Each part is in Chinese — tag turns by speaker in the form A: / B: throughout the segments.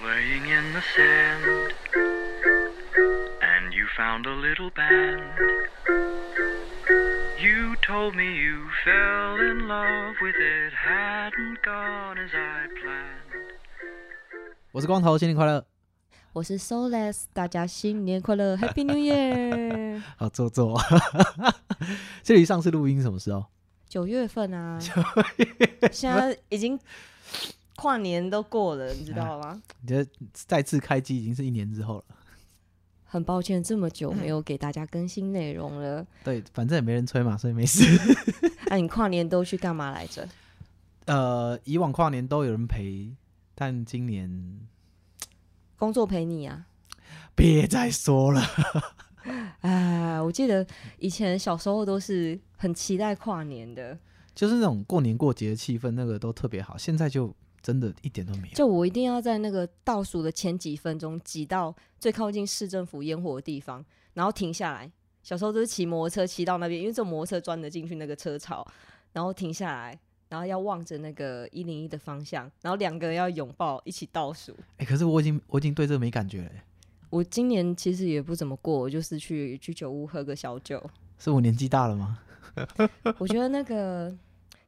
A: in the sand, and you found a little band. You told me you fell in love with it, hadn't gone as I planned.
B: 我是光头，新年快乐！
C: 我是 Soulless，大家新年快 乐，Happy New Year！
B: 好，坐 坐。这里上次录音什么时候？
C: 九月份 啊，现在已经跨年都过了，你知道吗？
B: 你这再次开机已经是一年之后了。
C: 很抱歉，这么久没有给大家更新内容 了。
B: 对，反正也没人催嘛，所以没 事。
C: 那、你跨年都去干嘛来着？
B: 呃，以往跨年都有人陪，但今年
C: 工作陪你啊？
B: 别再说了。
C: 哎，我记得以前小时候都是很期待跨年的，
B: 就是那种过年过节的气氛，那个都特别好。现在就真的一点都没有。
C: 就我一定要在那个倒数的前几分钟挤到最靠近市政府烟火的地方，然后停下来。小时候都是骑摩托车骑到那边，因为这摩托车钻得进去那个车槽，然后停下来，然后要望着那个一零一的方向，然后两个人要拥抱一起倒数。
B: 哎、可是我已经我已经对这个没感觉了、
C: 我今年其实也不怎么过，我就是去去酒屋喝个小酒。
B: 是我年纪大了吗？
C: 我觉得那个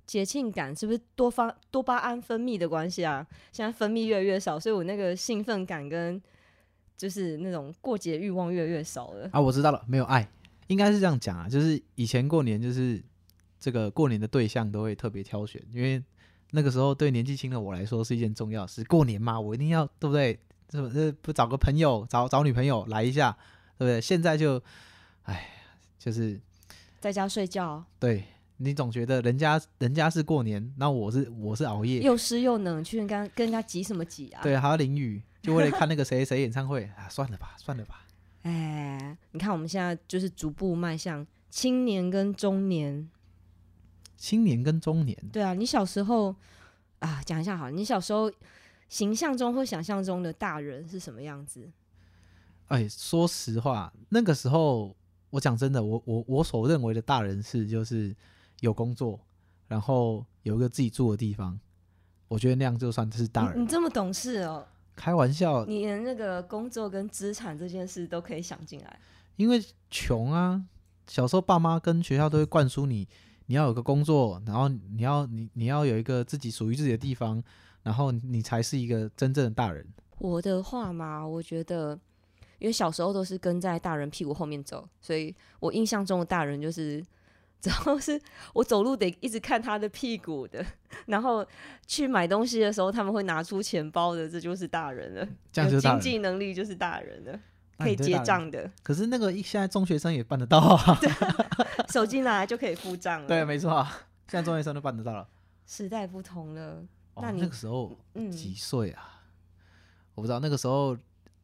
C: 节庆感是不是多发多巴胺分泌的关系啊？现在分泌越来越少，所以我那个兴奋感跟就是那种过节欲望越来越少了。
B: 啊，我知道了，没有爱，应该是这样讲啊，就是以前过年就是这个过年的对象都会特别挑选，因为那个时候对年纪轻的我来说是一件重要的事。过年嘛，我一定要对不对？这不这不找个朋友，找找女朋友来一下，对不对？现在就，哎，就是
C: 在家睡觉，
B: 对你总觉得人家人家是过年，那我是我是熬夜，
C: 又湿又冷，去跟人家跟人家挤什么挤啊？，
B: 对，还要淋雨，就为了看那个谁谁演唱会啊，算了吧，算了吧。
C: 哎，你看我们现在就是逐步迈向青年跟中年。
B: 青年跟中年，
C: 对啊，你小时候啊，讲一下好了，你小时候形象中或想象中的大人是什么样子？
B: 哎，说实话，那个时候我讲真的，我我我所认为的大人是就是有工作，然后有一个自己住的地方，我觉得那样就算是大
C: 你
B: 人
C: 你。这么懂事哦，
B: 开玩笑，
C: 你连那个工作跟资产这件事都可以想进来，
B: 因为穷啊，小时候爸妈跟学校都会灌输你，你要有个工作，然后你要你你要有一个自己属于自己的地方，然后你才是一个真正的大人。
C: 我的话嘛，我觉得，因为小时候都是跟在大人屁股后面走，所以我印象中的大人就是， 只要是我走路得一直看他的屁股的，然后去买东西的时候他们会拿出钱包的，这就是大人了。
B: 这样就
C: 有
B: 是大人
C: 经济能力就是大人了，
B: 那
C: 可以
B: 你就是
C: 结
B: 大人。
C: 账的，
B: 可是那个一现在中学生也办得到 啊，
C: 手机拿来就可以付账了。
B: 对，，没错啊，现在中学生都办得到了。
C: 时代不同了。
B: 哦、
C: 那你
B: 那个时候
C: 嗯，
B: 几岁啊？我不知道。那个时候，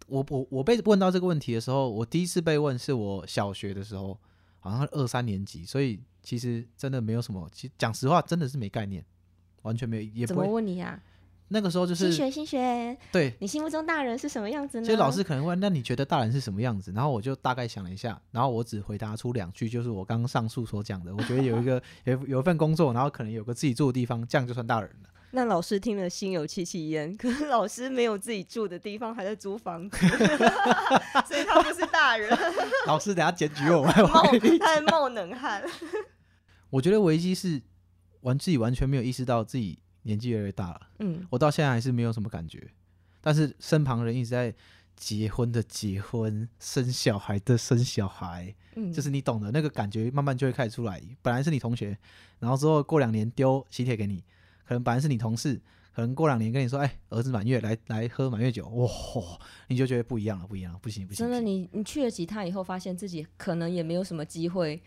B: 我我我被问到这个问题的时候，我第一次被问是我小学的时候，好像二三年级，所以其实真的没有什么。其实讲实话，真的是没概念，完全没有，也
C: 怎
B: 不
C: 么
B: 会。
C: 问你呀、
B: 那个时候就
C: 啊？新
B: 是
C: 学新学，
B: 对，
C: 你心目中大人是什么样子呢？
B: 所以老师可能问，那你觉得大人是什么样子？然后我就大概想了一下，然后我只回答出两句，就是我刚刚上述所讲的。我觉得有一个 有有一份工作，然后可能有个自己住的地方，这样就算大人了。
C: 那老师听了心有戚戚焉， 可是老师没有自己住的地方，还在 租房子，所以他不是大人，
B: 老师，等下检举我，我还
C: 冒他是冒冷汗。
B: 我觉得危机是完自己完全没有意识到自己年纪越来越大了，
C: 嗯，
B: 我到现在还是没有什么感觉，但是身旁人一直在结婚的结婚，生小孩的生小孩，
C: 嗯
B: 就是你懂的那个感觉，慢慢就会开始出来。本来是你同学，然后之后过两年丢喜帖给你，可能本来是你同事。可能过两年跟你说，哎、儿子满月，来来喝满月酒，哇、你就觉得不一样了，不一样了，不行不行，
C: 真的，
B: 不行
C: 你你去了几趟以后，发现自己可能也没有什么机会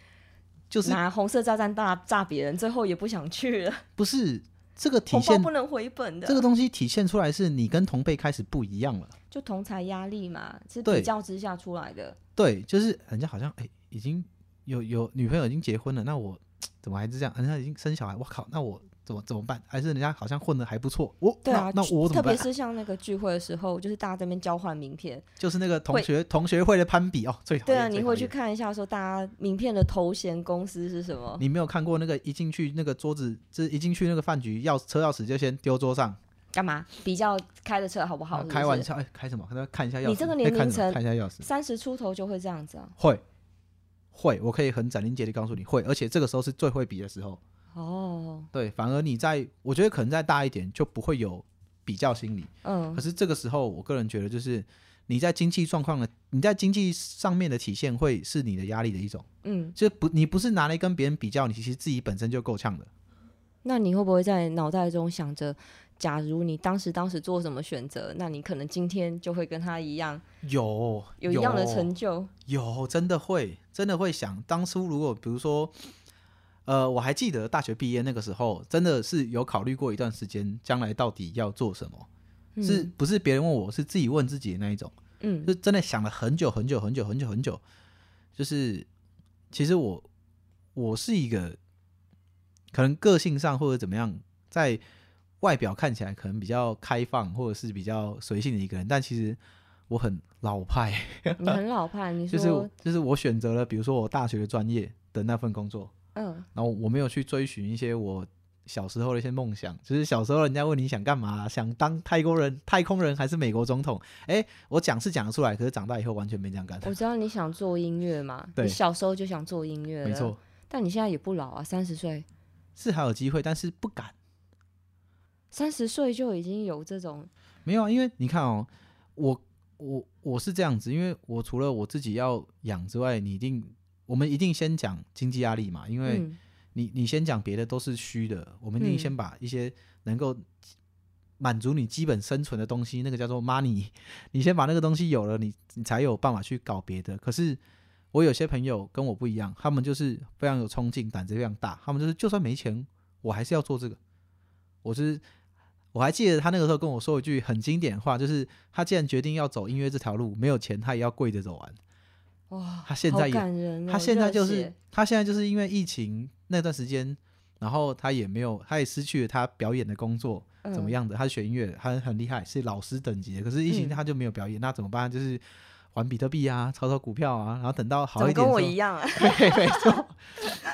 B: 就是
C: 拿红色炸弹大炸别人，最后也不想去了，
B: 不是这个 体
C: 红包
B: 现
C: 不能回本的，
B: 这个东西体现出来是你跟同辈开始不一样了。
C: 就同才压力嘛，是
B: 对
C: 比较之下出来的。
B: 对，就是人家好像哎、已经有有女朋友已经结婚了，那我怎么还是这样？人家已经生小孩，我靠，那我怎么怎么办？还是人家好像混的还不错，我
C: 对啊，
B: 那那我怎
C: 特
B: 么
C: 别
B: 办？
C: 是像那个聚会的时候，就是大家在那边交换名片，
B: 就是那个同
C: 会
B: 学同学会的攀比哦，最讨
C: 对
B: 厌。
C: 啊，
B: 最
C: 你
B: 讨
C: 会去
B: 厌？
C: 看一下说大家名片的头衔公司是什么？
B: 你没有看过那个一进去那个桌子，这一进去那个饭局，钥匙车钥匙就先丢桌上，
C: 干嘛比较开的车好不好？
B: 啊
C: 是不
B: 开
C: 是
B: 玩笑，哎，开什么？可能看一下钥匙。
C: 你这个
B: 哎
C: 年
B: 看
C: 龄
B: 什么
C: 层
B: 看一下钥匙。
C: 三十出头就会这样子啊。
B: 会，会，我可以很斩钉截铁告诉你会，而且这个时候是最会比的时候。
C: 哦，
B: 对，反而你在，我觉得可能再大一点就不会有比较心理。
C: 嗯
B: 可，是这个时候，我个人觉得就是你在经济状况的，你在经济上面的体现会是你的压力的一种，
C: 嗯，
B: 就不你不是拿来跟别人比较，你其实自己本身就够呛的。
C: 那你会不会在脑袋中想着，假如你当时当时做什么选择，那你可能今天就会跟他一样
B: 有
C: 有一样的成就？
B: 有，真的会，真的会想，当初如果比如说，呃，我还记得大学毕业那个时候，真的是有考虑过一段时间，将来到底要做什么，
C: 嗯
B: 是不是别人问我，是自己问自己的那一种，
C: 嗯
B: 就真的想了很久很久很久很久很久，就是其实我我是一个可能个性上或者怎么样，在外表看起来可能比较开放或者是比较随性的一个人，但其实我很老派。
C: 你很老派，你
B: 就
C: 说、
B: 是我就是我选择了，比如说我大学的专业的那份工作，
C: 嗯
B: 然后我没有去追寻一些我小时候的一些梦想，就是小时候人家问你想干嘛，想当泰国人、太空人还是美国总统？哎，我讲是讲得出来，可是长大以后完全没这样干。
C: 我知道你想做音乐嘛，
B: 对
C: 你小时候就想做音乐，
B: 没错，，
C: 但你现在也不老啊，三十岁，
B: 是还有机会，但是不敢。
C: 三十岁就已经有这种，
B: 没有啊，因为你看哦，我我我是这样子，因为我除了我自己要养之外，你一定我们一定先讲经济压力嘛，因为、
C: 嗯
B: 你你先讲别的都是虚的，我们一定
C: 嗯
B: 先把一些能够满足你基本生存的东西，那个叫做 money，你先把那个东西有了，你你才有办法去搞别的。可是我有些朋友跟我不一样，他们就是非常有冲劲，胆子非常大，他们就是就算没钱，我还是要做这个。我就是我还记得他那个时候跟我说一句很经典的话，就是他既然决定要走音乐这条路，没有钱他也要跪着走完。
C: 哇，
B: 他现在
C: 好
B: 也
C: 感人哦、
B: 他现在就
C: 热
B: 是
C: 血
B: 他现在就是因为疫情那段时间，然后他也没有，他也失去了他表演的工作，怎么？
C: 嗯
B: 样的？他是学音乐，他很厉害，是老师等级的。可是疫情
C: 嗯
B: 他就没有表演，那怎么办？就是玩比特币啊，炒炒股票啊，然后等到
C: 怎
B: 好
C: 么
B: 一点，
C: 跟我一，样啊？
B: 对，没错，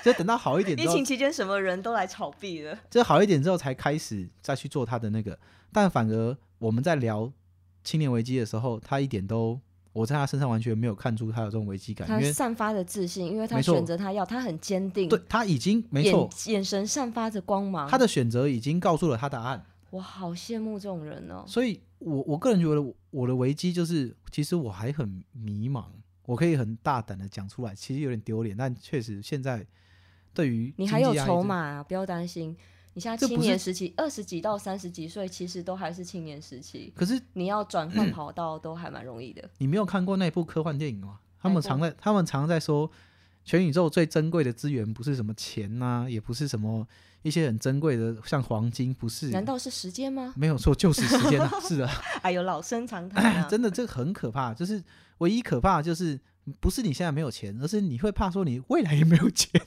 B: 就等到好一 点之
C: 疫
B: 后
C: 情，期间什么人都来炒币了。
B: 就好一点之后才开始再去做他的那个。但反而我们在聊青年危机的时候，他一点都。我在他身上完全没有看出他有这种危机感，因
C: 他
B: 为
C: 散发的自信，因为他
B: 没错
C: 选择他要，他很坚定，
B: 对他已经没错，
C: 眼眼神散发着光芒。
B: 他的选择已经告诉了他答案，
C: 我好羡慕这种人哦。
B: 所以我我个人觉得我我的危机就是，其实我还很迷茫，我可以很大胆的讲出来，其实有点丢脸，但确实现在对于
C: 你
B: 经
C: 还
B: 济
C: 有
B: 压力
C: 筹
B: 这
C: 码、啊，不要担心。你现在
B: 这
C: 青
B: 不是
C: 年时期，二十几到三十几岁，其实都还是青年时期，
B: 可是
C: 你要转 换跑道都还蛮容易的。
B: 你没有看过那部科幻电影吗？他
C: 哪一
B: 们
C: 部
B: 常在他们常在说，全宇宙最珍贵的资源不是什么钱呐、也不是什么一些很珍贵的像黄金，不是。啊
C: 难道是时间吗？
B: 没有错，就是时间啊， 是的，！
C: 哎呦，老生常谈啊
B: 哎 真的，这个很可怕。就是唯一可怕的就是，不是你现在没有钱，而是你会怕说你未来也没有钱。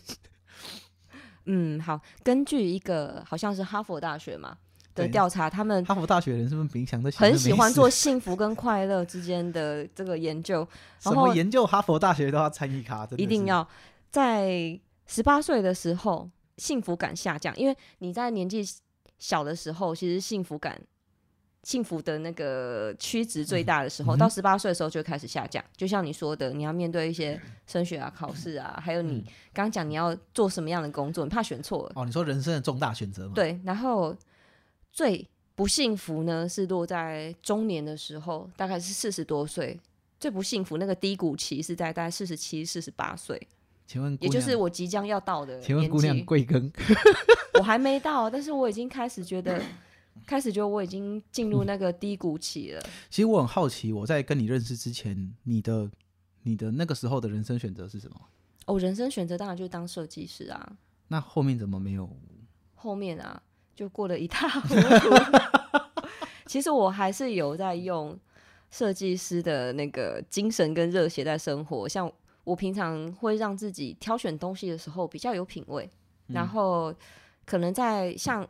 C: 嗯，好，根据一个好像是哈佛大学嘛的
B: 对
C: 调查，他们
B: 哈佛大学人是不是平常都闲着
C: 很
B: 没
C: 喜欢
B: 事
C: 做幸福跟快乐之间的这个研究，
B: 什
C: 然
B: 么
C: 后
B: 研究？哈佛大学都要参与卡，真的
C: 一定
B: 是
C: 要在十八岁的时候幸福感下降，因为你在年纪小的时候，其实幸福感。幸福的那个趋值最大的时候，
B: 嗯哼
C: 到十八岁的时候就会开始下降。就像你说的，你要面对一些升学啊、考试啊，还有你
B: 嗯
C: 刚刚讲你要做什么样的工作，你怕选错了，
B: 哦。你说人生的重大选择嘛？，
C: 对，然后最不幸福呢是落在中年的时候，大概是四十多岁。最不幸福那个低谷期是在大概四十七、四十八岁，
B: 请问姑
C: 也
B: 娘，
C: 就是我即将要到的
B: 请问
C: 年
B: 姑娘
C: 纪。
B: 贵庚？
C: 我还没到，但是我已经开始觉得，开始觉得我已经进入那个低谷期了。
B: 其实我很好奇，我在跟你认识之前，你的你的那个时候的人生选择是什么？
C: 我、哦人生选择当然就是当设计师啊，
B: 那后面怎么没有？
C: 后面啊就过得一塌糊涂。 其实我还是有在用设计师的那个精神跟热血在生活，像我平常会让自己挑选东西的时候比较有品味，然后可能在像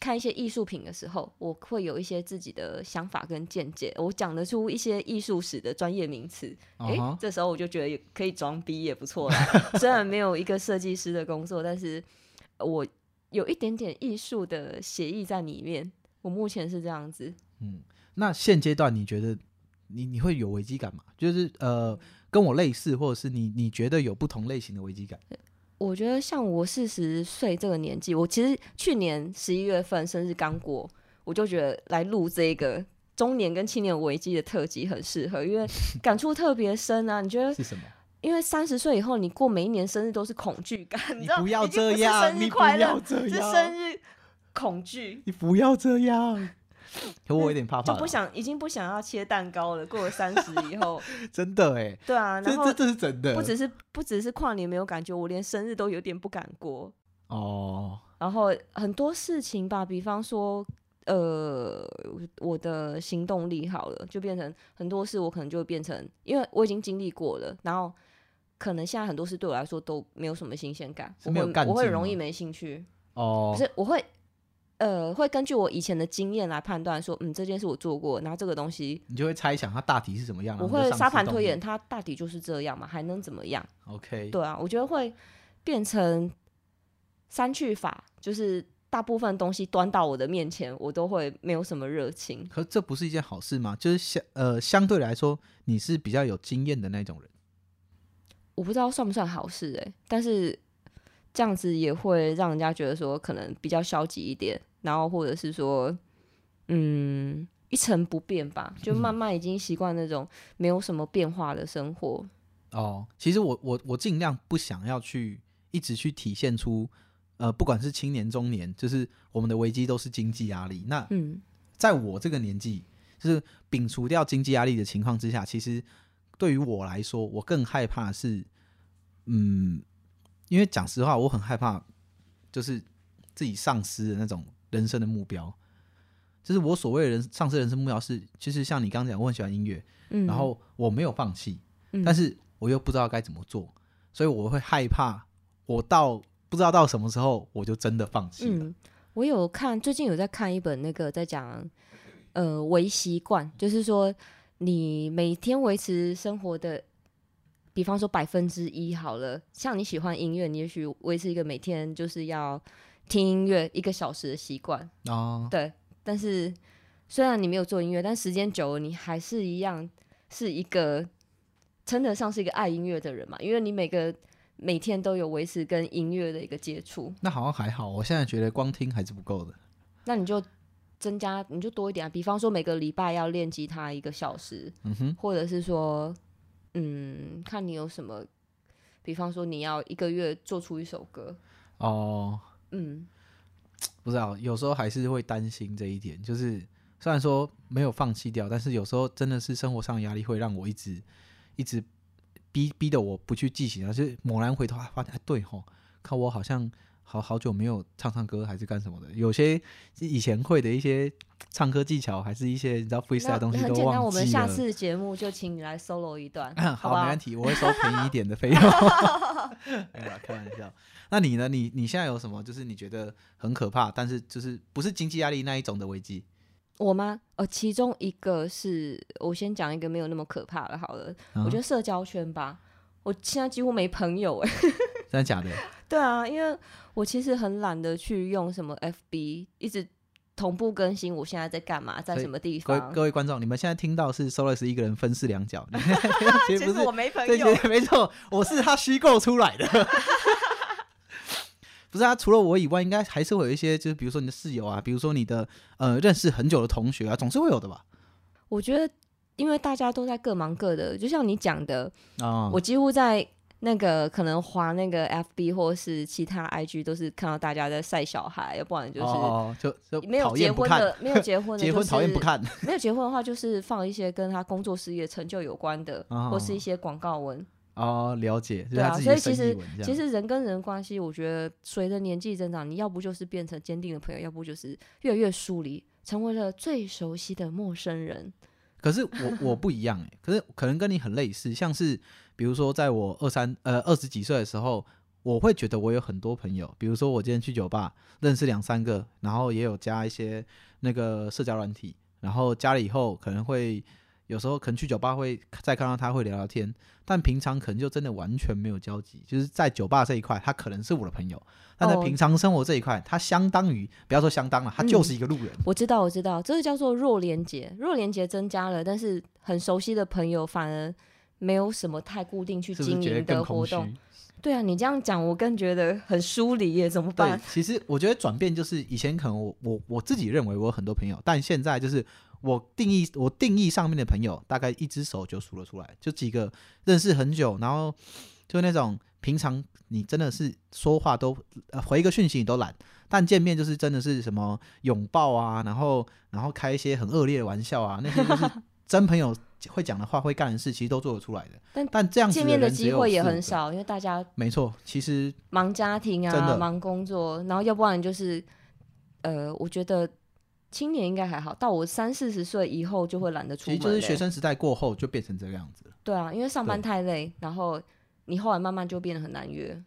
C: 看一些艺术品的时候，我会有一些自己的想法跟见解，我讲得出一些艺术史的专业名词。
B: 啊
C: 诶，
B: 哈，
C: 这时候我就觉得也可以装逼也不错啦。 虽然没有一个设计呃师的工作，但是我有一点点艺术的写意在里面。我目前是这样子。
B: 嗯，那现阶段你觉得你你会有危机感吗？就是呃，跟我类似，或者是你你觉得有不同类型的危机感？
C: 我觉得像我四十岁这个年纪，我其实去年十一月份生日刚过，我就觉得来录这个中年跟青年危机的特辑很适合，因 为感触特别深啊。你觉得，
B: 是什么？
C: 因为三十岁以后，你过每一年生日都是恐惧感，
B: 你
C: 知道
B: 不要
C: 已经
B: 这
C: 是
B: 样，
C: 生日
B: 你不
C: 快乐
B: 要，这
C: 是
B: 样，
C: 生日恐惧。
B: 你不要这样。可我有点怕怕
C: 就
B: 了，
C: 不想，已经不想要切蛋糕了。过了三十 以后，
B: 真的哎，
C: 对啊，
B: 这
C: 然后
B: 这这是真的。
C: 不只是不只是跨年没有感觉，我连生日都有点不敢过。
B: 哦，
C: 然后很多事情吧，比方说，呃，我的行动力好了，就变成很多事我可能就会变成，因为我已经经历过了，然后可能现在很多事对我来说都没有什么新鲜感，
B: 是
C: 我
B: 没有
C: 会
B: 干
C: 我会
B: 劲
C: 容易
B: 吗
C: 没兴趣，
B: 哦
C: 不，是我会。呃，会根据我以前的经验来判断，说，嗯，这件事我做过，然后这个东西
B: 你就会猜想它大体是什么样，
C: 我
B: 然后
C: 会
B: 就丧
C: 沙
B: 失
C: 盘
B: 动
C: 推
B: 力
C: 演，。它大抵就是这样嘛，还能怎么样？
B: OK，
C: 对啊，我觉得会变成删去法，就是大部分东西端到我的面前，我都会没有什么热情。
B: 可这不是一件好事吗？就是相呃相对来说，你是比较有经验的那种人。
C: 我不知道算不算好事哎、但是这样子也会让人家觉得说可能比较消极一点，然后或者是说，嗯，一成不变吧，就
B: 嗯
C: 慢慢已经习惯那种没有什么变化的生活。
B: 哦，其实我我我尽量不想要去一直去体现出，呃，不管是青年、中年，就是我们的危机都是经济压力。那
C: 嗯，
B: 在我这个年纪，就是摒除掉经济压力的情况之下，其实对于我来说，我更害怕是，嗯，因为讲实话，我很害怕就是自己丧失的那种人生的目标。就是我所谓的人丧失人生目标是，就是像你刚刚讲，我很喜欢音乐，
C: 嗯
B: 然后我没有放弃，
C: 嗯
B: 但是我又不知道该怎么做，所以我会害怕，我到不知道到什么时候我就真的放弃了。
C: 嗯，我有看，最近有在看一本那个在讲，呃，微习惯，就是说你每天维持生活的，比方说百分之一好了，像你喜欢音乐，你也许维持一个每天就是要听音乐一个小时的习惯，
B: 哦，
C: 对。但是虽然你没有做音乐，但时间久了，你还是一样是一个称得上是一个爱音乐的人嘛，因为你每个每天都有维持跟音乐的一个接触。
B: 那好像还好，我现在觉得光听还是不够的。
C: 那你就增加，你就多一点啊。比方说每个礼拜要练吉他一个小时，
B: 嗯哼，
C: 或者是说，嗯，看你有什么，比方说你要一个月做出一首歌，
B: 哦，
C: 嗯，
B: 不知道，有时候还是会担心这一点，就是虽然说没有放弃掉，但是有时候真的是生活上的压力会让我一直一直逼逼的我不去记行，就是猛然回头啊，发现哎对吼，看我好像好好久没有唱唱歌还是干什么的，有些以前会的一些唱歌技巧，还是一些你知道 freestyle
C: 那
B: 的东西
C: 很
B: 都忘记
C: 简
B: 了。，
C: 单，我们下次节目就请你来 solo 一段 不
B: 没
C: 好
B: 问？题，我会收便宜一点的 费用。没有啦，开玩笑。那你呢？你你现在有什么就是你觉得很可怕，但是就是不是经济压力那一种的危机？
C: 我吗？呃，其中一个是我先讲一个没有那么可怕的，好了，
B: 啊
C: 我觉得社交圈吧，我现在几乎没朋友哎、
B: 真的假的？
C: 对啊，因为我其实很懒得去用什么 FB，一直同步更新我现在在干嘛，在
B: 所以
C: 什么地
B: 各
C: 方
B: 位。各位观众，你们现在听到是 Solis 一个人分饰两角， 其实不是，
C: 没朋
B: 对，其实没错，我是他虚构出来 的。不是啊，除了我以外，应该还是会有一些，就是比如说你的室友啊，比如说你的呃认识很久的同学啊，总是会有的吧？
C: 我觉得，因为大家都在各忙各的，就像你讲的，
B: 啊、
C: 我几乎在那个可能滑那个 FB 或是其他 IG，都是看到大家在晒小孩，要不然就是。
B: 哦，就就
C: 没有
B: 讨
C: 结
B: 厌不
C: 婚
B: 看，
C: 的，没有结婚的、就 是，
B: 结婚讨厌不看。
C: 没有结婚的话，就是放一些跟他工作事业成就有关的，
B: 哦
C: 或是一些广告文。
B: 哦，了解，就是
C: 对
B: 他
C: 啊
B: 自己的
C: 所以
B: 生
C: 其
B: 意
C: 实
B: 文这样
C: 其实人跟人关系，我觉得随着年纪增长，你要不就是变成坚定的朋友，要不就是越来越疏离，成为了最熟悉的陌生人。
B: 可是 我我不一样哎、可是可能跟你很类似，像是比如说，在我二三呃二十几岁的时候，我会觉得我有很多朋友，比如说我今天去酒吧认识两三个，然后也有加一些那个社交软体，然后加了以后可能会有时候可能去酒吧会再看到他会聊聊天，但平常可能就真的完全没有交集。就是在酒吧这一块，他可能是我的朋友，但在
C: 哦嗯
B: 平常生活这一块，他相当于不要说相当了，他就是一个路人。
C: 我知道，我知道，这个叫做弱连接，弱连接增加了，但是很熟悉的朋友反而没有什么太固定去
B: 是不是
C: 经
B: 觉得
C: 营
B: 更
C: 的
B: 空
C: 活
B: 虚？
C: 动。对啊，你这样讲，我更觉得很疏离耶，怎么
B: 对
C: 办？，
B: 其实我觉得转变就是以前可能我我我自己认为我有很多朋友，但现在就是我定义我定义上面的朋友，大概一只手就数得出来，就几个认识很久，然后就那种平常你真的是说话都、呃回一个讯息你都懒，但见面就是真的是什么拥抱啊，然后然后开一些很恶劣的玩笑啊，那些就是 真朋友会讲的话会干的事，其实都做得出来的。
C: 但
B: 但这样子
C: 见面
B: 的
C: 的
B: 人只
C: 机
B: 有
C: 会也
B: 四五
C: 很
B: 个。
C: 少，因为大家
B: 没错，其实
C: 忙家庭
B: 真
C: 啊
B: 的，
C: 忙工作，然后要不然就是，呃，我觉得青年应该还好，到我三四十岁以后就会懒得出
B: 其实
C: 门、欸
B: 就是学。生时代过后就变成这个样子了。
C: 对啊，因为上班
B: 对
C: 太累，然后你后来慢慢就变得很难 约，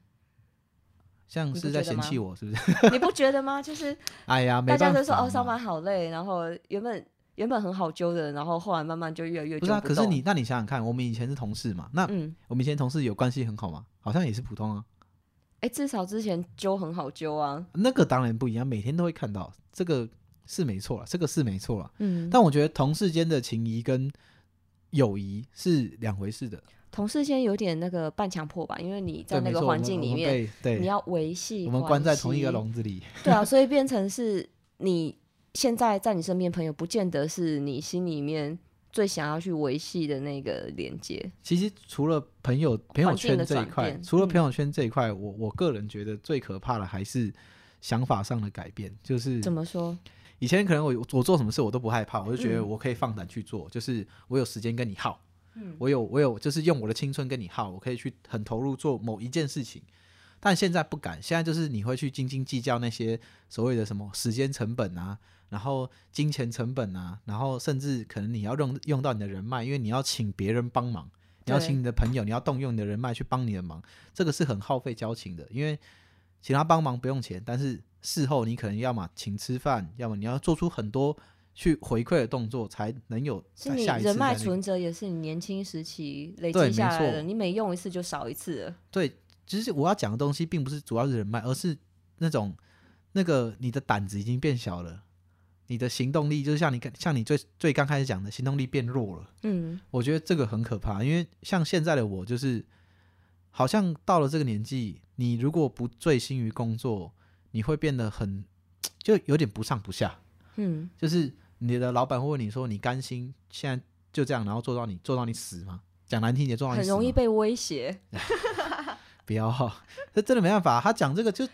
B: 像
C: 你
B: 是
C: 不
B: 在
C: 觉得
B: 嫌
C: 吗
B: 弃我，是不 是？
C: 你不觉得吗？就是
B: 哎呀，没
C: 大家
B: 办
C: 都说
B: 法
C: 哦，上
B: 嘛
C: 班好累，然后原本原本很好揪的，然后后来慢慢就越来越
B: 不
C: 揪
B: 是啊。可是
C: 动
B: 你，那你想想看，我们以前是同事嘛，那
C: 嗯，
B: 我们以前同事有关系很好吗？好像也是普通啊。
C: 哎，至少之前揪很好揪啊，
B: 那个当然不一样，每天都会看到，这个是没错了，这个是没错了。
C: 嗯，
B: 但我觉得同事间的情谊跟友谊是两回事的，
C: 同事间有点那个半强迫吧，因为你
B: 对，
C: 在那
B: 没错
C: 个
B: 我
C: 环
B: 们
C: 境
B: 我
C: 里
B: 们
C: 面，
B: 被
C: 你
B: 对，
C: 要维系
B: 我们关在同一个笼子里，
C: 对啊，所以变成是你现在在你身边朋友，不见得是你心里面最想要去维系的那个连接。
B: 其实除了朋友朋友
C: 环境
B: 圈
C: 的
B: 这一
C: 转
B: 块，
C: 变
B: 除了
C: 嗯
B: 朋友圈这一块，我我个人觉得最可怕的还是想法上的改变，就是
C: 怎么说？
B: 以前可能我我做什么事我都不害怕，我就觉得
C: 嗯
B: 我可以放胆去做，就是我有时间跟你耗，
C: 嗯
B: 我有我有就是用我的青春跟你耗，我可以去很投入做某一件事情。但现在不敢，现在就是你会去斤斤计较那些所谓的什么时间成本啊，然后金钱成本啊，然后甚至可能你要用用到你的人脉，因为你要请别人帮忙，你要
C: 对
B: 请你的朋友，你要动用你的人脉去帮你的忙，这个是很耗费交情的，因为请他帮忙不用钱，但是事后你可能要么请吃饭，要么你要做出很多去回馈的动作，才能有
C: 是
B: 在
C: 你
B: 下一次
C: 人脉
B: 再那个
C: 存折也是你年轻时期累
B: 对
C: 积下
B: 没
C: 来
B: 错
C: 的，你每用一次就少一次了。
B: 对，其实我要讲的东西并不是主要是人脉，而是那种那个你的胆子已经变小了，你的行动力就是像你刚像你最最刚开始讲的行动力变弱了。
C: 嗯，
B: 我觉得这个很可怕，因为像现在的我，就是好像到了这个年纪，你如果不醉心于工作，你会变得很就有点不上不下。
C: 嗯，
B: 就是你的老板会问你说：“你甘心现在就这样，然后做到你做到你死吗？”讲难听一点，做到你
C: 很
B: 死
C: 容易
B: 吗
C: 被威胁，
B: 不要， 这真的没办法。他讲这个就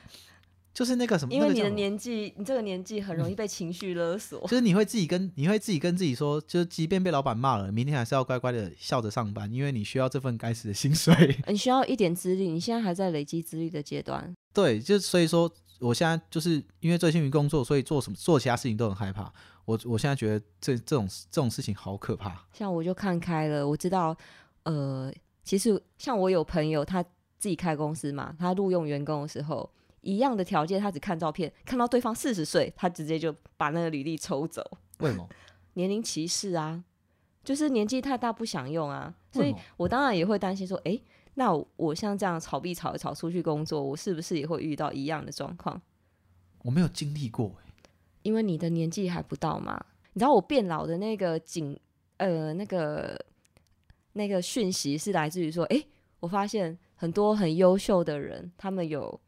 B: 就是那个什么，
C: 因为
B: 嗯那个叫什
C: 你的
B: 么嗯
C: 年纪，你这个年纪很容易被情绪勒索。
B: 就是你会自己跟你会自己跟自己说，就是即便被老板骂了，明天还是要乖乖的笑着上班，因为你需要这份该死的薪水。
C: 你需要一点资历，你现在还在累积资历的阶段。
B: 对，就所以说，我现在就是因为醉心于工作，所以做什么做其他事情都很害怕。我我现在觉得这这种这种事情好可怕。
C: 像我就看开了，我知道，呃，其实像我有朋友他自己开公司嘛，他录用员工的时候，一样的条件，他只看照片，看到对方四十岁，他直接就把那个履历抽走，
B: 为什 么？
C: 年龄歧视啊，就是年纪太大不想用啊，所
B: 为什
C: 以
B: 么？
C: 我当然也会担心说，诶，那我像这样炒币炒一炒出去工作，我是不是也会遇到一样的状况？
B: 我没有经历过、欸
C: 因为你的年纪还不到嘛。你知道我变老的那个警呃那个那个讯息是来自于说，诶，我发现很多很优秀的人，他们有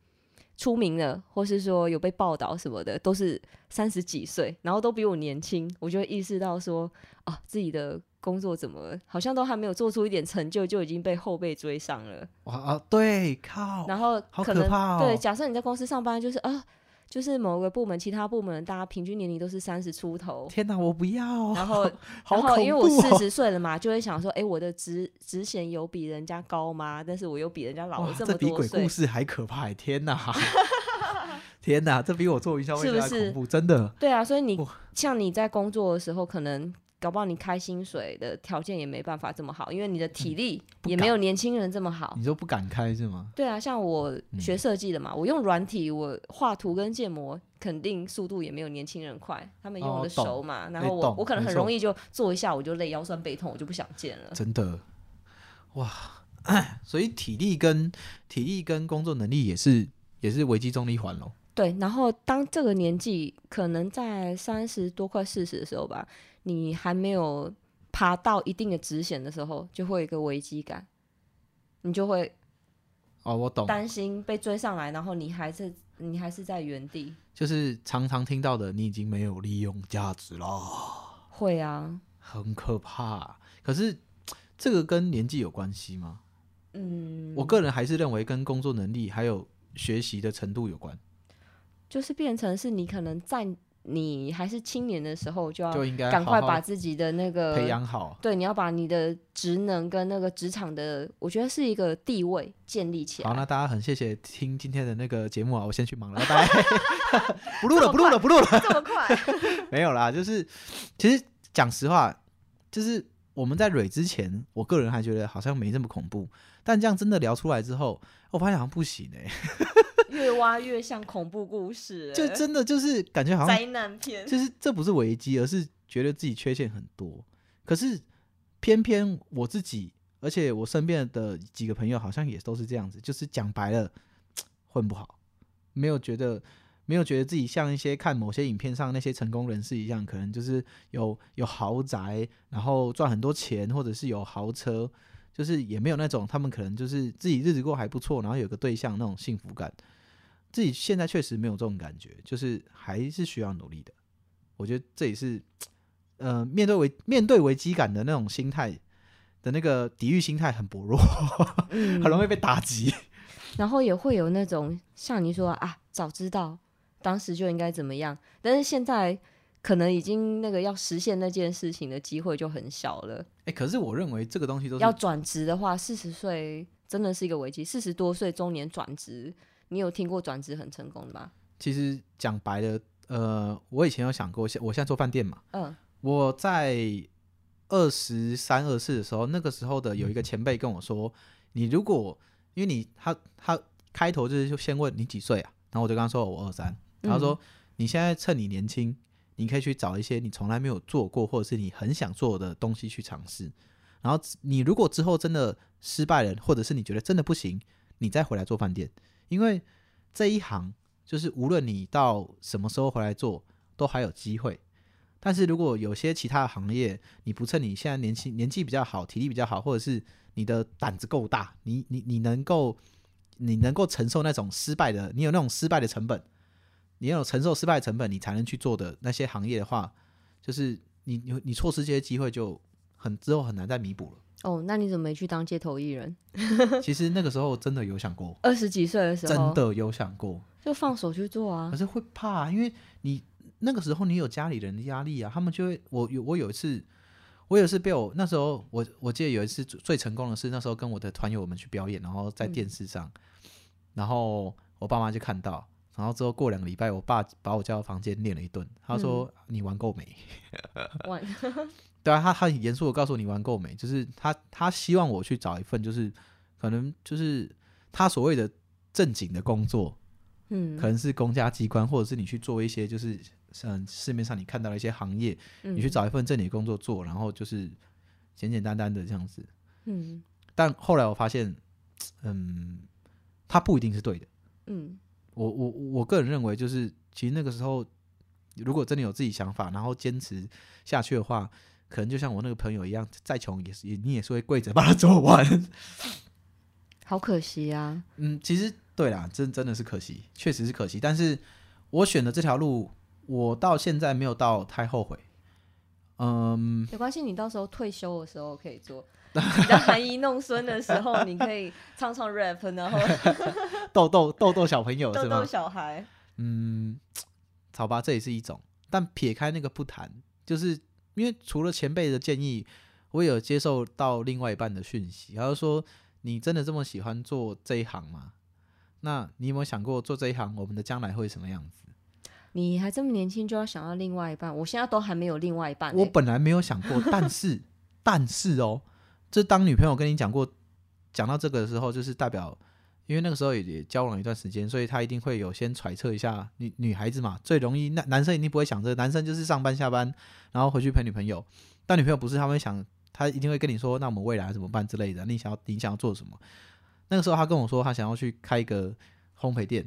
C: 出名了，或是说有被报道什么的，都是三十几岁，然后都比我年轻，我就会意识到说，啊，自己的工作怎么好像都还没有做出一点成就，就已经被后辈追上了。
B: 哇啊，对，靠，
C: 然后
B: 好
C: 可
B: 可
C: 能
B: 怕哦
C: 对，假设你在公司上班，就是啊，就是某个部门，其他部门大家平均年龄都是三十出头，
B: 天哪，我不要。
C: 然后
B: 好恐
C: 然
B: 怖、
C: 后
B: 哦、
C: 因为我四十岁了嘛，就会想说，哎，我的职职衔有比人家高吗？但是我又比人家老
B: 哇，
C: 了
B: 这
C: 么
B: 比
C: 多
B: 鬼
C: 岁
B: 故，事还可怕、欸！天哪，天哪，这比我做营销
C: 是
B: 会
C: 不
B: 还
C: 是
B: 恐怖，真的。
C: 对啊，所以你
B: 哇
C: 像你在工作的时候，可能搞不好你开薪水的条件也没办法这么好，因为你的体力
B: 嗯不
C: 也
B: 敢
C: 没有年轻人这么好。
B: 你说不敢开是吗？
C: 对啊，像我
B: 嗯
C: 学设计的嘛，我用软体，我画图跟建模，肯定速度也没有年轻人快，他们用
B: 哦
C: 的
B: 懂
C: 熟嘛，然
B: 哎
C: 后我
B: 懂
C: 我可能
B: 没
C: 很
B: 错
C: 容易就做一下我就累，腰酸背痛，我就不想见了。
B: 真的，哇！所以体力跟体力跟工作能力也是也是危机中的一环喽。
C: 对，然后当这个年纪，可能在三十多快四十的时候吧，你还没有爬到一定的职衔的时候，就会有一个危机感，你就会
B: 哦，我懂，
C: 担心被追上来，然后你还是你还是在原地。
B: 就是常常听到的，你已经没有利用价值了，
C: 会啊，
B: 很可怕。可是这个跟年纪有关系吗？
C: 嗯，
B: 我个人还是认为跟工作能力还有学习的程度有关，
C: 就是变成是你可能在你还是青年的时候就要
B: 就应该
C: 呃赶
B: 好
C: 快
B: 好
C: 把自己的那个
B: 培养好。
C: 对，你要把你的职能跟那个职场的，我觉得是一个地位建立起来。
B: 好，那大家很谢谢听今天的那个节目啊，我先去忙了，拜拜。不录了，不录了，不录了。
C: 这么快？
B: 没有啦，就是其实讲实话，就是我们在蕊之前，我个人还觉得好像没这么恐怖，但这样真的聊出来之后，我发现好像不行哎、
C: 越挖越像恐怖故事、
B: 就
C: 欸
B: 真的就是感觉好像
C: 灾难片。
B: 就是这不是危机，而是觉得自己缺陷很多。可是偏偏我自己，而且我身边的几个朋友好像也都是这样子，就是讲白了，混不好，没有觉得。没有觉得自己像一些看某些影片上那些成功人士一样，可能就是有有豪宅，然后赚很多钱，或者是有豪车，就是也没有那种他们可能就是自己日子过还不错，然后有个对象那种幸福感。自己现在确实没有这种感觉，就是还是需要努力的。我觉得这也是，呃，面对危面对危机感的那种心态的那个抵御心态很薄弱，
C: 嗯
B: 很容易被打击。
C: 然后也会有那种像你说的啊，早知道当时就应该怎么样，但是现在可能已经那个要实现那件事情的机会就很小了。
B: 哎、可是我认为这个东西都是
C: 要转职的话，四十岁真的是一个危机。四十多岁中年转职，你有听过转职很成功的吗？
B: 其实讲白了，呃，我以前有想过，现我现在做饭店嘛，
C: 嗯，
B: 我在二十三、二四的时候，那个时候的有一个前辈跟我说，你如果因为你他他开头就是就先问你几岁啊，然后我就跟他说我二三，然后他说、你现在趁你年轻，你可以去找一些你从来没有做过或者是你很想做的东西去尝试，然后你如果之后真的失败了，或者是你觉得真的不行，你再回来做饭店，因为这一行就是无论你到什么时候回来做，都还有机会。但是如果有些其他的行业，你不趁你现在年轻年纪比较好、体力比较好，或者是你的胆子够大，你你你能够你能够承受那种失败的，你有那种失败的成本，你要有承受失败的成本，你才能去做的那些行业的话，就是你你你错失这些机会就很之后很难再弥补了。
C: 哦，那你怎么没去当街头艺人？
B: 其实那个时候真的有想 过，
C: 二十几岁的时候
B: 真的有想过，
C: 就放手去做啊
B: 可。是会怕，因为你那个时候你有家里人的压力啊，他们就会我有我有一次，我有一次被我那时候我我记得有一次最最成功的是那时候跟我的团友们去表演，然后在
C: 嗯
B: 电视上，然后我爸妈就看到，然后之后过两个礼拜，我爸把我叫到房间念了一顿，他说、你玩够没？
C: 玩
B: 对啊，他他很严肃的告诉你玩够没，就是他他希望我去找一份就是可能就是他所谓的正经的工作，
C: 嗯
B: 可能是公家机关，或者是你去做一些就是嗯市面上你看到的一些行业，
C: 嗯
B: 你去找一份正经工作做，然后就是简简单单的这样子。
C: 嗯
B: 但后来我发现，嗯，它不一定是对的。
C: 嗯
B: 我我我个人认为，就是其实那个时候，如果真的有自己想法，然后坚持下去的话，可能就像我那个朋友一样，再穷也是也你也是会跪着把它做完。
C: 好可惜 啊。
B: 嗯，其实对啦，真真的是可惜，确实是可惜。但是我选的这条路，我到现在没有到太后悔。嗯，
C: 没关系，你到时候退休的时候可以 做。你在含饴弄孙的时候，你可以唱唱 rap，然后
B: 豆豆豆豆小朋友
C: 逗
B: 是
C: 逗
B: 吗？
C: 小孩。
B: 嗯，好吧，这也是一种。但撇开那个不谈，就是因为除了前辈的建议，我也有接受到另外一半的讯息，他就说：“你真的这么喜欢做这一行吗？”那你有没有想过做这一行，我们的将来会什么样子？
C: 你还这么年轻就要想要另外一半，我现在都还没有另外一半欸、
B: 我本来没有想过，但是但是哦，这当女朋友跟你讲过，讲到这个的时候，就是代表，因为那个时候也也交往一段时间，所以她一定会有先揣测一下女女孩子嘛，最容易那男生一定不会想这个，男生就是上班下班，然后回去陪女朋友，但女朋友不是，他会想，他一定会跟你说，那我们未来怎么办之类的，你想要你想要做什么？那个时候他跟我说，他想要去开一个烘焙店，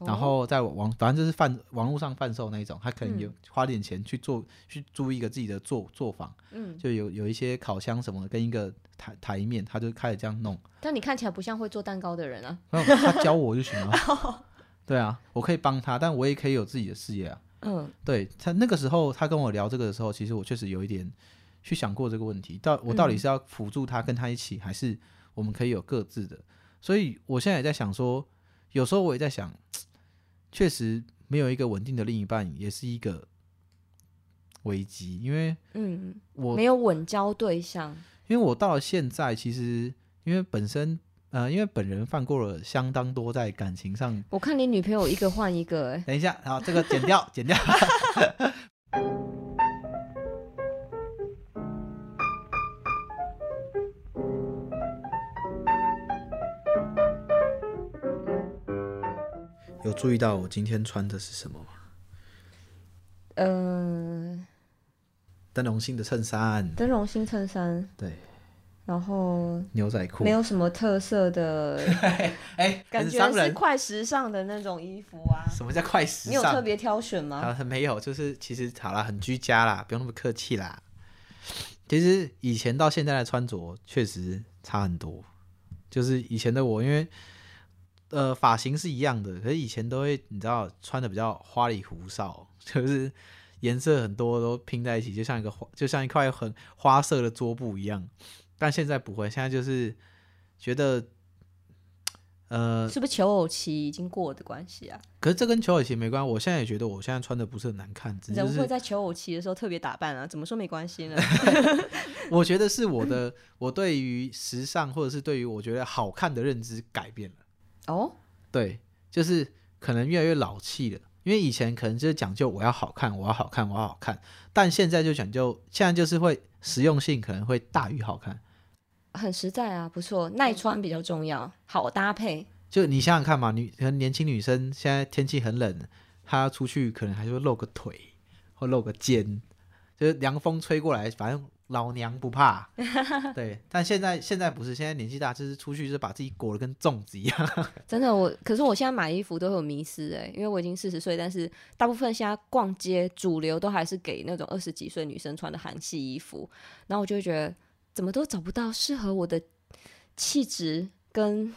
C: 哦
B: 然后在网反正就是贩网络上贩售那一种，他可能有
C: 嗯
B: 花点钱去做去租一个自己的作作坊，
C: 嗯，
B: 就有有一些烤箱什么的跟一个台台面，他就开始这样弄，
C: 但你看起来不像会做蛋糕的人啊。
B: 然后他教我就行了。 对啊，我可以帮他，但我也可以有自己的事业啊。
C: 嗯
B: 对他那个时候，他跟我聊这个的时候，其实我确实有一点去想过这个问题，到我到底
C: 嗯
B: 是要辅助他跟他一起，还是我们可以有各自的？所以我现在也在想说，有时候我也在想，确实没有一个稳定的另一半也是一个危机，因为
C: 嗯，
B: 我
C: 没有稳交对象。
B: 因为我到了现在，其实因为本身呃，因为本人犯过了相当多在感情上
C: 我看你女朋友一个换一个、欸，
B: 等一下，好，这个剪掉，剪掉。 有注意到我今天穿的是什么吗？
C: 嗯、
B: 灯笼性的衬衫，
C: 灯笼新衬衫，
B: 对，
C: 然后
B: 牛仔裤，
C: 没有什么特色的
B: 哎，
C: 感
B: 很
C: 觉，
B: 伤
C: 是
B: 人。
C: 快时尚的那种衣服啊。
B: 什么叫快时
C: 你有特
B: 尚？
C: 别挑选吗？
B: 啊， 没有，就是其实好啦，很居家啦，不用那么客气啦。其实以前到现在的穿着确实差很多，就是以前的我，因为呃发型是一样的，可是以前都会你知道穿的比较花里胡哨， 就是颜色很多都拼在一起，就像一个花，就像一块很花色的桌布一样。但现在不会，现在就是觉得呃
C: 是不是求偶期已经过的关系啊？
B: 可是这跟求偶型没关系，我现在也觉得我现在穿的不是很难看，只是、就
C: 人
B: 是
C: 会在求偶期的时候特别打扮啊，怎么说没关 系呢？
B: 我觉得是我的，我对于时尚或者是对于我觉得好看的认知改变了。
C: 哦，
B: 对，就是可能越来越老气了，因为以前可能就是讲究我要好看，我要好看，我要好看，但现在就讲究，现在就是会实用性可能会大于好看。
C: 很实在啊，不错，耐穿比较重要，好搭配。
B: 就你想想看嘛，女可能年轻女生现在天气很冷，她出去可能还是会露个腿或露个肩，就是凉风吹过来，反正老娘不 怕。对，但现在现在不是，现在年纪大，就是出去就是把自己裹得跟粽子一样。
C: 真的，我可是我现在买衣服都会有迷失哎、因为我已经四十岁，但是大部分现在逛街主流都还是给那种二十几岁女生穿的韩系衣服，然后我就会觉得怎么都找不到适合我的气质跟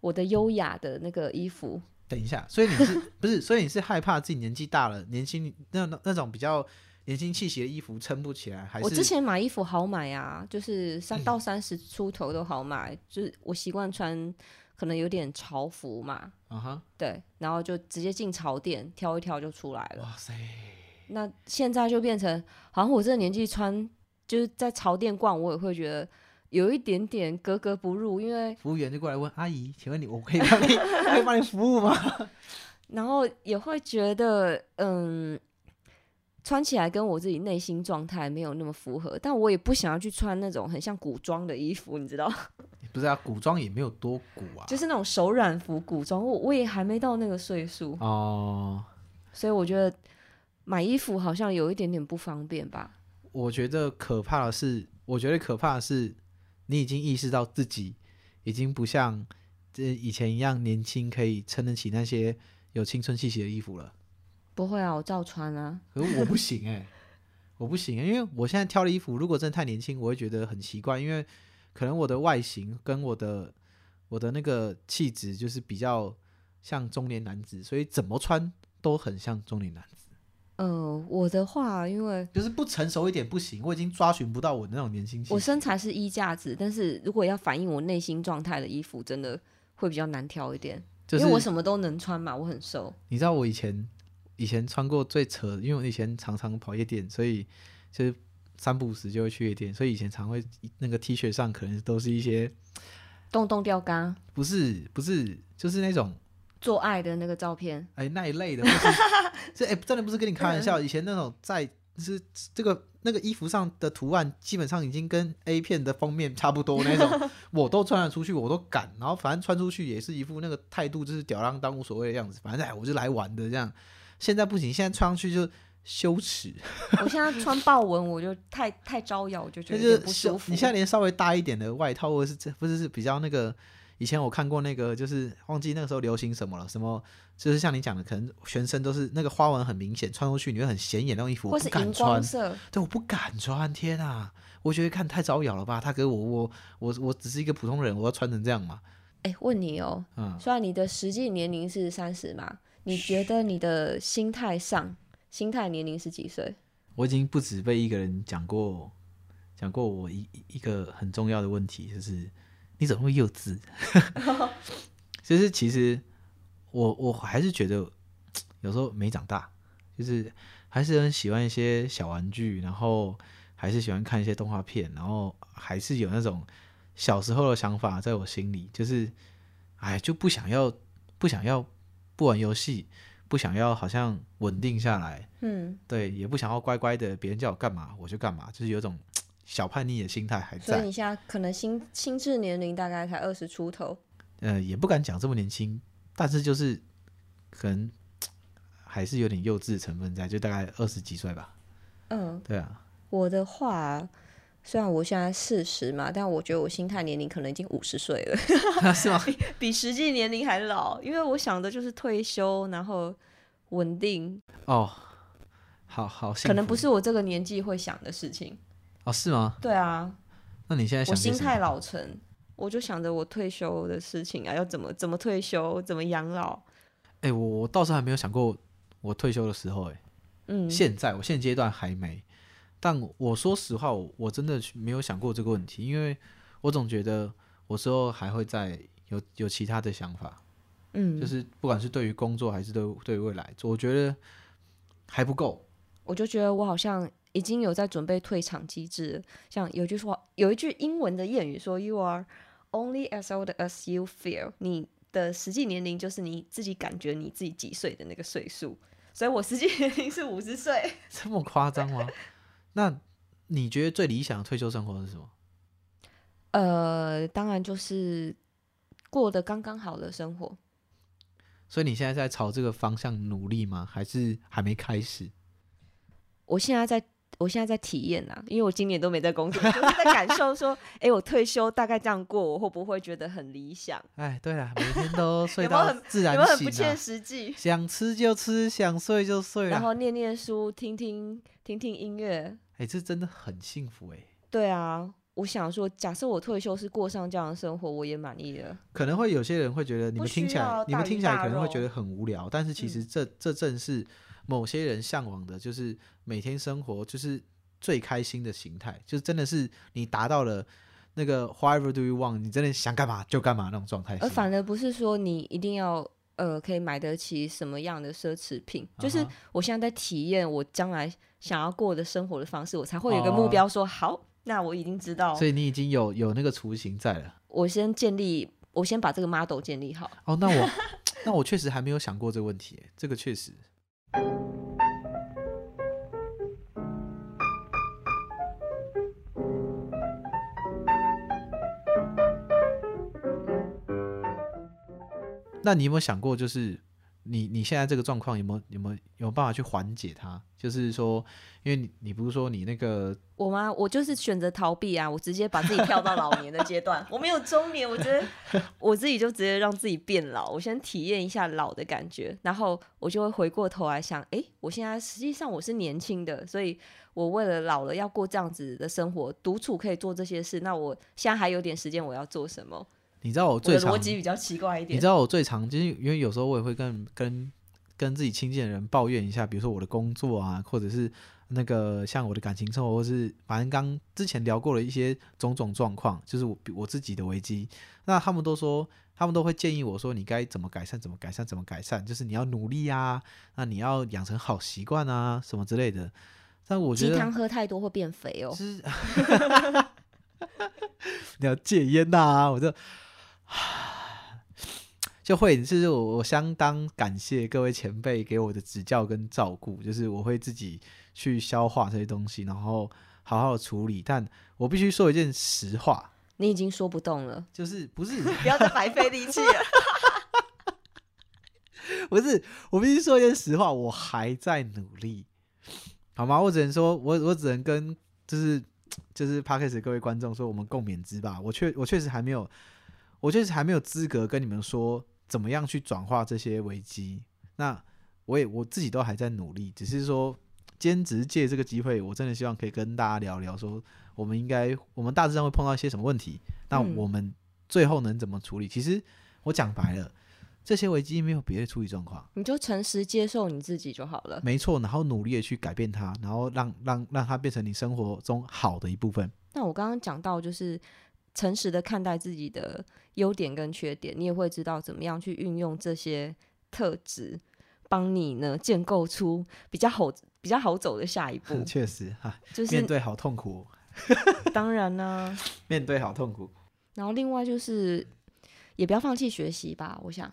C: 我的优雅的那个衣服。
B: 等一下，所以你是不是？所以你是害怕自己年纪大了，年轻那那种比较年轻气息的衣服撑不起来，还是
C: 我之前买衣服好买啊，就 是三到三十出头都好买，就是我习惯穿可能有点潮服嘛，
B: 啊哈，
C: 对，然后就直接进潮店挑一挑就出来了。
B: 哇塞，
C: 那现在就变成，好像我这个年纪穿，就是在潮店逛，我也会觉得有一点点格格不入，因为
B: 服务员就过来问阿姨，请问你我可以帮你 可以帮你服务吗？
C: 然后也会觉得，嗯，穿起来跟我自己内心状态没有那么符合，但我也不想要去穿那种很像古装的衣服，你知道，
B: 不是啊，古装也没有多古啊，
C: 就是那种手染服古装，我我也还没到那个岁数，
B: 哦、
C: 所以我觉得买衣服好像有一点点不方便吧。
B: 我觉得可怕的是，我觉得可怕的是，你已经意识到自己已经不像这以前一样年轻，可以撑得起那些有青春气息的衣服了。
C: 不会啊，我照穿啊。
B: 可是我不行哎、 我不行、欸，因为我现在挑的衣服，如果真的太年轻，我会觉得很奇怪，因为可能我的外形跟我的我的那个气质就是比较像中年男子，所以怎么穿都很像中年男子，
C: 呃，我的话，因为
B: 就是不成熟一点不行，我已经抓寻不到我那种年轻气息。
C: 我身材是衣架子，但是如果要反映我内心状态的衣服，真的会比较难挑一点，
B: 就是
C: 因为我什么都能穿嘛，我很瘦。
B: 你知道我以前以前穿过最扯的，因为我以前常常跑夜店，所以就是三不五时就会去夜店，所以以前常会那个 T 恤上可能都是一些
C: 洞洞吊嘎
B: 不是不是，就是那种
C: 做爱的那个照片，
B: 哎那一类的，或是这哎真的不是跟你开玩笑，以前那种在就是这个那个衣服上的图案，基本上已经跟 A 片的封面差不多那种，我都穿得出去，我都敢，然后反正穿出去也是一副那个态度，就是吊儿郎当无所谓的样子，反正哎我就来玩的这样。现在不行，现在穿上去就羞耻，
C: 我现在穿豹纹我就太太招摇，我就觉
B: 那
C: 得
B: 就
C: 有
B: 是
C: 点不舒
B: 小
C: 服。
B: 你现在连稍微大一点的外套，或者是这不是是比较那个，以前我看过那个，就是忘记那个时候流行什么了，什么就是像你讲的，可能全身都是那个花纹很明显，穿出去你会很显眼，那种衣服
C: 或
B: 我
C: 是
B: 不
C: 荧
B: 敢
C: 光
B: 穿，
C: 色，
B: 对，我不敢穿，天啊！我觉得看太招摇了吧，他给我我我我只是一个普通人，我要穿成这样嘛，
C: 哎、问你哦，
B: 嗯，
C: 虽然你的实际年龄是三十嘛，你觉得你的心态上，心态年龄是几岁？
B: 我已经不止被一个人讲过，讲过我一一一个很重要的问题，就是你怎么会幼稚？ 就是其实我我还是觉得有时候没长大，就是还是很喜欢一些小玩具，然后还是喜欢看一些动画片，然后还是有那种小时候的想法在我心里，就是哎就不想要不想要不玩游戏，不想要好像稳定下来，
C: 嗯，
B: 对，也不想要乖乖的，别人叫我干嘛我就干嘛，就是有种小叛逆的心态还
C: 所以
B: 在。
C: 你现在可能心心智年龄大概才二十出头，
B: 呃，也不敢讲这么年轻，但是就是可能还是有点幼稚的成分在，就大概二十几岁吧。
C: 嗯，
B: 对啊，
C: 我的话，虽然我现在四十嘛，但我觉得我心态年龄可能已经五十岁了，
B: 是吗？
C: 比实际年龄还老，因为我想的就是退休，然后稳定，
B: 哦，好好幸福，
C: 可能不是我这个年纪会想的事情。
B: 哦，是吗？
C: 对啊，
B: 那你现在想
C: 我
B: 些
C: 心
B: 什
C: 态
B: 么，
C: 老成，我就想着我退休的事情啊，要怎么怎么退休，怎么养老。
B: 哎、我我倒是还没有想过我退休的时候、哎、
C: 嗯，
B: 现在我现阶段还没，但我说实话，我我真的没有想过这个问题，因为我总觉得我之后还会再有有其他的想法，
C: 嗯，
B: 就是不管是对于工作还是对对于未来，我觉得还不够。
C: 我就觉得我好像已经有在准备退场机制了。像有句说，有一句英文的谚语说：“You are only as old as you feel。”你的实际年龄就是你自己感觉你自己几岁的那个岁数。所以我实际 年龄是五十岁。
B: 这么夸张吗？那你觉得最理想的退休生活是什么？
C: 呃，当然就是过得刚刚好的生活。
B: 所以你现在在朝这个方向努力吗？还是还没开始？
C: 我现在在。我现在在体验啊，因为我今年都没在工作， 就是在感受说，哎、我退休大概这样过，我会不会觉得很理想？
B: 哎，对了，每天都 睡
C: 有没有
B: 到
C: 很
B: 自
C: 有
B: 然
C: 没有很
B: 醒
C: 不切
B: 啊，
C: 实际？
B: 想吃就吃，想睡就睡
C: 然
B: 啦。
C: 后念念书，听听听听音乐。
B: 哎，这真的很幸福哎、
C: 对啊，我想说，假设我退休是过上这样的生活，我也满意了。
B: 可能会有些人会觉得你
C: 不
B: 们听
C: 需
B: 起来
C: 要，
B: 你们
C: 大鱼
B: 听起来
C: 大
B: 可能会
C: 肉嗯
B: 觉得很无聊，但是其实这这正是某些人向往的，就是每天生活就是最开心的形态，就是真的是你达到了那个 whatever do you want，你真的想干嘛就干嘛那种状态下。
C: 而反而不是说你一定要呃可以买得起什么样的奢侈品，就是
B: 啊哈
C: 我现在在体验我将来想要过的生活的方式，我才会有一个
B: 哦
C: 目标说好，那我已经知道
B: 所，以你已经有有那个雏形在了。
C: 我先建立，我先把这个 model 建立好。
B: 哦，那我 那我确实还没有想过这个问题耶，这个确实。那你有没有想过，就是你你现在这个状况有没有有没有有没有办法去缓解它？就是说，因为你你不是说你那个
C: 我吗？我就是选择逃避啊，我直接把自己跳到老年的阶段，我没有中年，我觉得 我自己就直接让自己变老，我先体验一下老的感觉，然后我就会回过头来想，诶，我现在实际上我是年轻的，所以我为了老了要过这样子的生活，独处可以做这些事，那我现在还有点时间，我要做什么？
B: 你知道我
C: 我
B: 最
C: 的
B: 常
C: 逻辑比较奇怪一
B: 你
C: 点
B: 知。道我最常就是因为有时候我也会跟跟跟自己亲近的人抱怨一下，比如说我的工作啊，或者是那个像我的感情生活，或是反正刚之前聊过的一些种种状况，就是我我自己的危机。那他们都说，他们都会建议我说，你该怎么改善，怎么改善，怎么改善，就是你要努力啊，那你要养成好习惯啊，什么之类的。但我觉
C: 鸡
B: 得
C: 汤喝太多会变肥 哦，
B: 是，你要戒烟呐、我就就会就是我我相当感谢各位前辈给我的指教跟照顾，就是我会自己去消化这些东西，然后好好处理。但我必须说一件实话，
C: 你已经说不动了，
B: 就是不是
C: 不要再白费力气了。
B: 不是，我必须说一件实话，我还在努力，好吗？我只能说，我我只能跟就是就是 p a r k e s 各位观众说，我们共勉之吧。我确我确实还没有，我确实还没有资格跟你们说怎么样去转化这些危机。那我也我自己都还在努力，只是说兼职借这个机会，我真的希望可以跟大家聊聊说，我们应该我们大致上会碰到一些什么问题，那
C: 嗯
B: 我们最后能怎么处理？其实我讲白了。这些危机没有别的处理状况，
C: 你就诚实接受你自己就好了。
B: 没错，然后努力的去改变它，然后让让让它变成你生活中好的一部分。。
C: 那我刚刚讲到，就是诚实的看待自己的优点跟缺点，你也会知道怎么样去运用这些特质，帮你呢建构出比较好、比较好走的下一 步
B: 确实哈、
C: 就
B: 面
C: 是
B: 对好痛苦，
C: 当然啦、
B: 面对好痛苦。
C: 然后另外就是，也不要放弃学习吧。我想，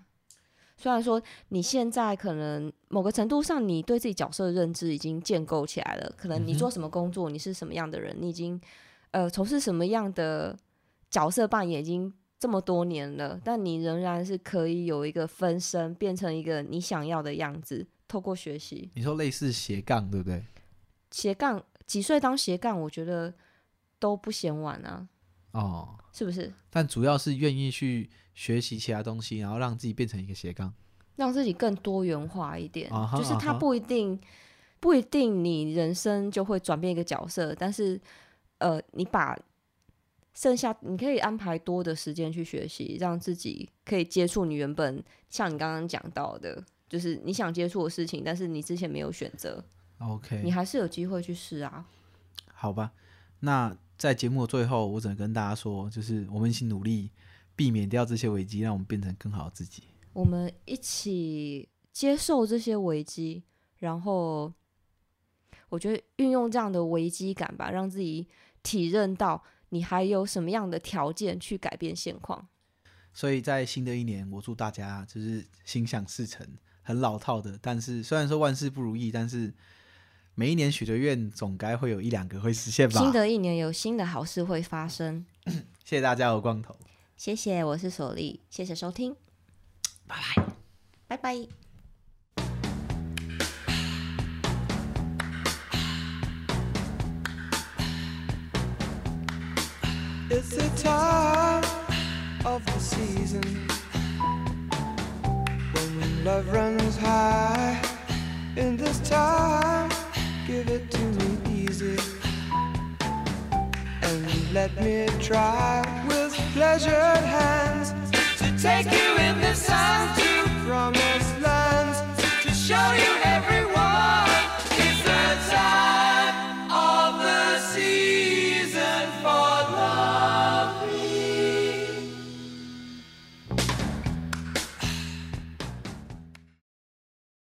C: 虽然说你现在可能某个程度上，你对自己角色的认知已经建构起来了，可能你
B: 嗯哼
C: 做什么工作，你是什么样的人，你已经呃从事什么样的角色扮演已经这么多年了，但你仍然是可以有一个分身，变成一个你想要的样子，透过学习。
B: 你说类似斜杠对不对？
C: 斜杠几岁当斜杠，我觉得都不嫌晚啊，
B: 哦，
C: 是不是？
B: 但主要是愿意去学习其他东西，然后让自己变成一个斜杠。
C: 让自己更多元化一点
B: 啊哈
C: 就是
B: 啊
C: 它
B: 哈
C: 不一定不一定你人生就会转变一个角色，但是呃，你把剩下你可以安排多的时间去学习，让自己可以接触你原本像你刚刚讲到的，就是你想接触的事情，但是你之前没有选择，你
B: OK，
C: 还是有机会去试啊。
B: 好吧。那在节目的最后，我只能跟大家说，就是我们一起努力，避免掉这些危机，让我们变成更好的自己。
C: 我们一起接受这些危机，然后我觉得运用这样的危机感吧，让自己体认到你还有什么样的条件去改变现况。
B: 所以在新的一年，我祝大家就是心想事成，很老套的。但是虽然说万事不如意，但是每一年许的愿总该会有一两个会实现吧。
C: 新的一年有新的好事会发生。
B: 谢谢大家，我光头。
C: 谢谢，我是索莉，谢谢收听，拜拜，拜拜。
D: It's the time of the season when love runs high. In this time, give it to me easy and let me try with pleasured hands to take you in this time to promise